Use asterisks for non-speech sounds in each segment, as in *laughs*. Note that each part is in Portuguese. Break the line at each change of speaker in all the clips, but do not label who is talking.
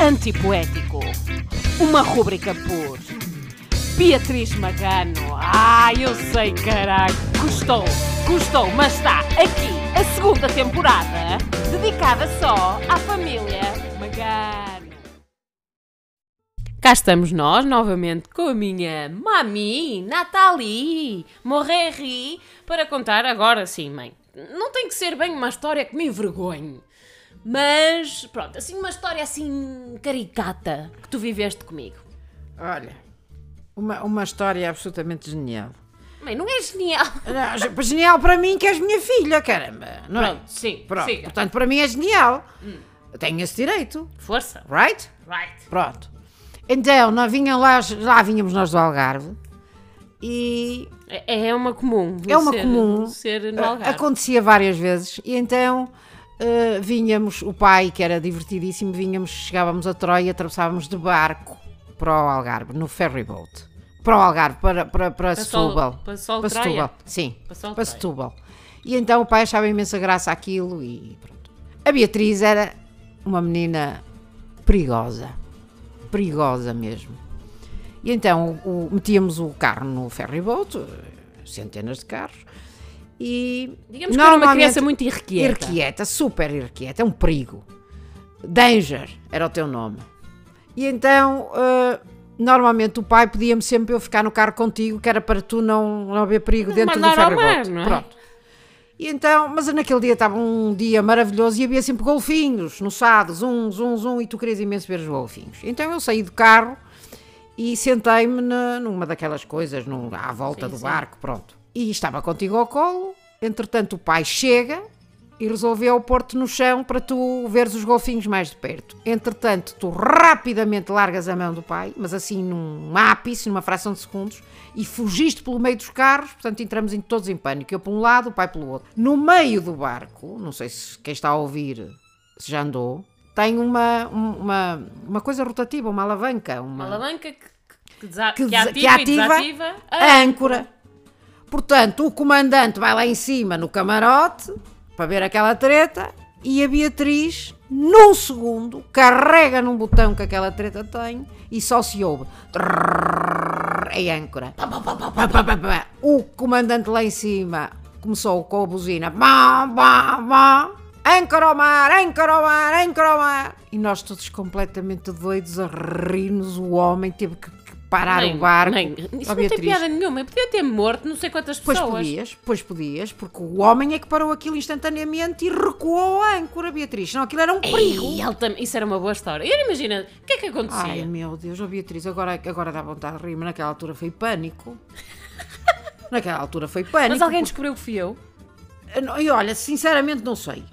Antipoético. Uma rúbrica por Beatriz Magano. Ah, eu sei, caraca. Custou, custou, mas está aqui a segunda temporada dedicada só à família Magano. Cá estamos nós novamente com a minha mami, Nathalie Morreri, para contar agora sim, mãe. Não tem que ser bem uma história que me envergonhe, mas pronto, assim uma história assim caricata que tu viveste comigo.
Olha, uma, uma história absolutamente genial.
Mãe, não é genial?
Ah, ge- Genial para mim, que és minha filha, caramba. Não é?
Pronto, sim,
Pronto.
siga. Hum.
Portanto, para mim é genial. Tenho esse direito,
*laughs* Força.
right?
Right.
Pronto. Então, nós vinham lá, lá vínhamos nós do Algarve e
É é uma comum.
É uma
ser-
comum.
Ser no
Ah,
Algarve.
Acontecia várias vezes e então ah, vinhamos, o pai, que era divertidíssimo, vinhamos, chegávamos a Troia, atravessávamos de barco para o Algarve, no ferry boat. Para o Algarve, para, para, para,
Sol-
Setúbal.
para Sol Troia?
Setúbal, sim.
Para Sol
Para
Troia.
Setúbal. E então o pai achava imensa graça aquilo e pronto. A Beatriz era uma menina perigosa. Perigosa mesmo. E então o- metíamos o carro no ferryboat, eh, centenas de carros, e.
Digamos que era uma
normalmente-
criança muito irrequieta.
Irrequieta, super irrequieta, é um perigo. Danger era o teu nome. E então, eh, normalmente o pai pedia-me sempre eu ficar no carro contigo, que era para tu não, não haver perigo dentro do
mandar ao mar,
ferryboat.
não é?
Pronto. E então, mas naquele dia estava um dia maravilhoso e havia sempre golfinhos no sado, zum, zum, zum, e tu querias imenso ver os golfinhos. Então eu saí do carro e sentei-me na- numa daquelas coisas, num- à volta do barco, pronto. E estava contigo ao colo, entretanto o pai chega e resolveu pôr-te no chão para tu veres os golfinhos mais de perto. Entretanto, tu rapidamente largas a mão do pai, mas assim num ápice, numa fração de segundos, e fugiste pelo meio dos carros, portanto entramos em- todos em pânico, eu por um lado, o pai pelo outro. No meio do barco, não sei se quem está a ouvir se já andou, tem uma, um- uma, uma coisa rotativa, uma alavanca,
Uma
uma,
alavanca que, que, que desa-
que,
que
desa-
ativa, e
que ativa,
desativa.
a âncora. Portanto, o comandante vai lá em cima no camarote para ver aquela treta e a Beatriz, num segundo, carrega num botão que aquela treta tem e só se ouve. trrrr, A âncora. Pá, pá, pá, pá, pá, pá, pá, pá. O comandante lá em cima começou com a buzina. Bom, bom, bom. Âncora ao mar, âncora ao mar, âncora ao mar. E nós todos completamente doidos a rir-nos. O homem teve que que parar
Nem-
o barco.
nem- isso
Ó,
não tem
Beatriz,
piada nenhuma. Eu podia ter morto não sei quantas
Pois
pessoas.
podias, pois podias, porque o homem é que parou aquilo instantaneamente e recuou a âncora, Beatriz. Não, aquilo era um perigo.
Ei, ele tam- Isso era uma boa história. E agora imagina, o que é que acontecia?
Ai, meu Deus, oh Beatriz, agora, agora dá vontade de rir, mas naquela altura
*laughs*
foi pânico. naquela altura foi pânico.
Mas alguém descobriu que fui eu.
Eu não- E olha, sinceramente não sei.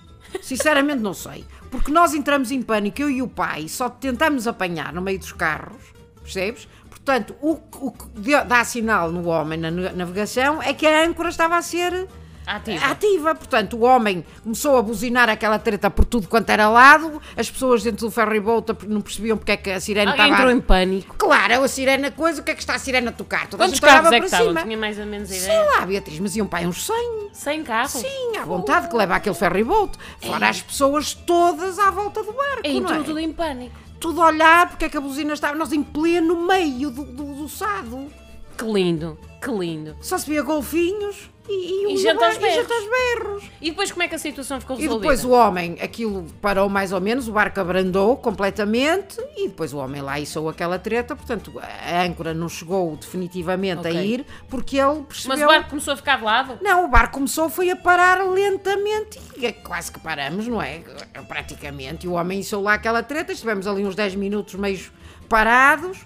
Sinceramente não sei. Porque nós entramos em pânico, eu e o pai, só tentámos apanhar no meio dos carros, percebes? Portanto, o, que- o que deu- dá sinal no homem na na- navegação é que a âncora estava a ser
Ativa.
Portanto, o homem começou a buzinar aquela treta por tudo quanto era lado, as pessoas dentro do ferryboat não percebiam porque é que a sirene
Alguém
estava.
entrou
a-
em pânico.
Claro, a sirene a coisa, o que é que está a sirene a tocar? Toda a
Quantos
gente olhava
carros é que
para
estavam?
cima.
Tinha mais ou menos ideia.
Sei lá, Beatriz, mas iam pai uns 100.
100 carros?
Sim, à vontade que leva aquele ferryboat. Fora as pessoas todas à volta do barco,
É. E
não é?
entrou tudo em pânico.
Tudo a olhar porque é que a buzina estava. Nós em pleno meio do, do, do sado.
Que lindo, que lindo.
Só se via golfinhos e,
E
um
gente
bar-
aos berros.
E gente aos berros.
E depois como é que a situação ficou
E
resolvida?
depois o homem, aquilo parou mais ou menos, o barco abrandou completamente e depois o homem lá içou aquela treta, portanto a âncora não chegou definitivamente a
Ok.
ir porque ele percebeu...
Mas o barco começou a ficar de lado?
Não, o barco começou foi a parar lentamente e é quase que paramos, não é? Praticamente. E o homem içou lá aquela treta, estivemos ali uns 10 minutos meio parados.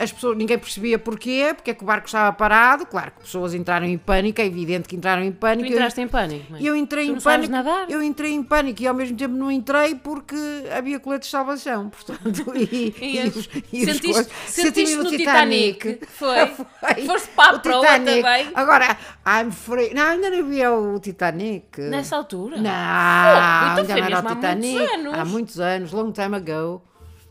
As pessoas, ninguém percebia porquê, porque é que o barco estava parado. Claro que pessoas entraram em pânico, é evidente que entraram em
Tu
pânico. Eu-
entraste em pânico, mãe.
eu entrei
Tu
em
não sabes
pânico.
nadar.
Eu entrei em pânico e ao mesmo tempo não entrei porque havia coletes de salvação, portanto. *laughs* E,
E
e os- e os
sentiste-
coisas.
sentiste
Senti-me
no Titanic.
*laughs*
Foi. Foste para a
O
proa
Titanic.
também.
Agora, I'm free. Não, ainda não havia o Titanic.
Nessa altura?
Não,
Fogo, então foi
ainda não era o
mesmo há muitos
Titanic.
anos.
Há muitos anos, long time ago.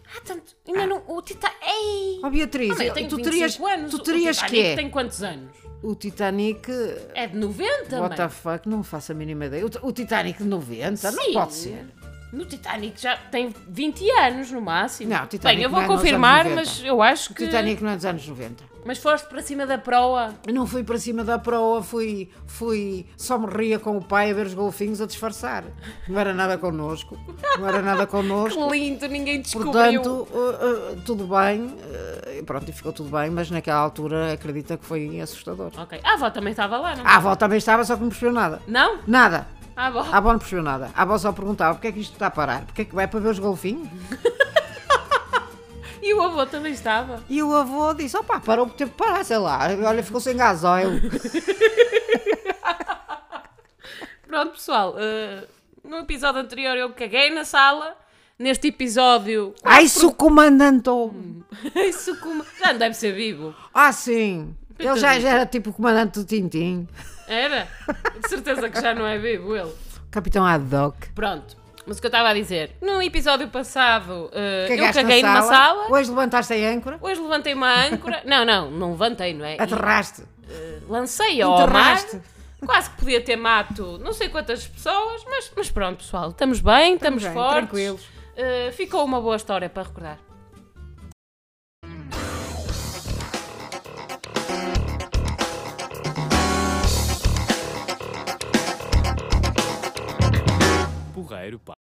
Ah, tanto. Ainda não. O Tita. Ei!
Ó Beatriz,
Ah, mas eu tenho
tu
25
terias,
anos.
tu terias
o Titanic
que é?
tem quantos anos?
O Titanic,
É de 90,
what the
mãe.
fuck, não faço a mínima ideia. O, o Titanic de 90, não
Sim.
pode ser.
No Titanic já tem 20 anos no máximo.
Não, o Titanic
Bem, eu vou
não é nos
confirmar,
anos 90.
mas eu acho
O
que.
Titanic não é dos anos 90.
Mas foste para cima da proa.
Eu Não fui para cima da proa, fui, fui, só me ria com o pai a ver os golfinhos a disfarçar. Não era nada connosco, não era nada
Que
*laughs* connosco.
lindo, ninguém descobriu.
Portanto, eh, eh, tudo bem, eh, pronto, e ficou tudo bem, mas naquela altura acredita que foi assustador.
Ok. A avó também estava lá, não?
A avó também estava, só que não percebeu nada.
Não? Ah,
Nada.
A avó.
A avó não percebeu nada. A avó só perguntava, porque é que isto está a parar? Porque é que vai para ver os golfinhos?
E o avô também estava.
E o avô disse, opá, parou por tempo parar, sei lá, olha, ficou sem gasóleo. *laughs*
Pronto, pessoal. eh, no episódio anterior eu caguei na sala. Neste episódio. *laughs*
Ai, se o comandante ouve.
Isso como. Já não deve ser vivo.
Ah, sim. Ele já, já era tipo o comandante do Tintim.
Era? De certeza que já não é vivo ele.
Capitão Ad hoc.
Pronto. Mas o que eu estava a dizer. No episódio passado eh, eu
Cagaste na
caguei numa sala.
Hoje levantaste a âncora.
Hoje levantei uma âncora. Não, não, não levantei, não é?
Ah, tá,
E
Aterraste.
lancei
Um
ao mar.
Enterraste.
Quase que podia ter mato não sei quantas pessoas, mas, mas pronto, pessoal, estamos bem, estamos,
bem,
fortes.
tranquilos.
Uh, ficou uma boa história para recordar.
Porreiro, pá.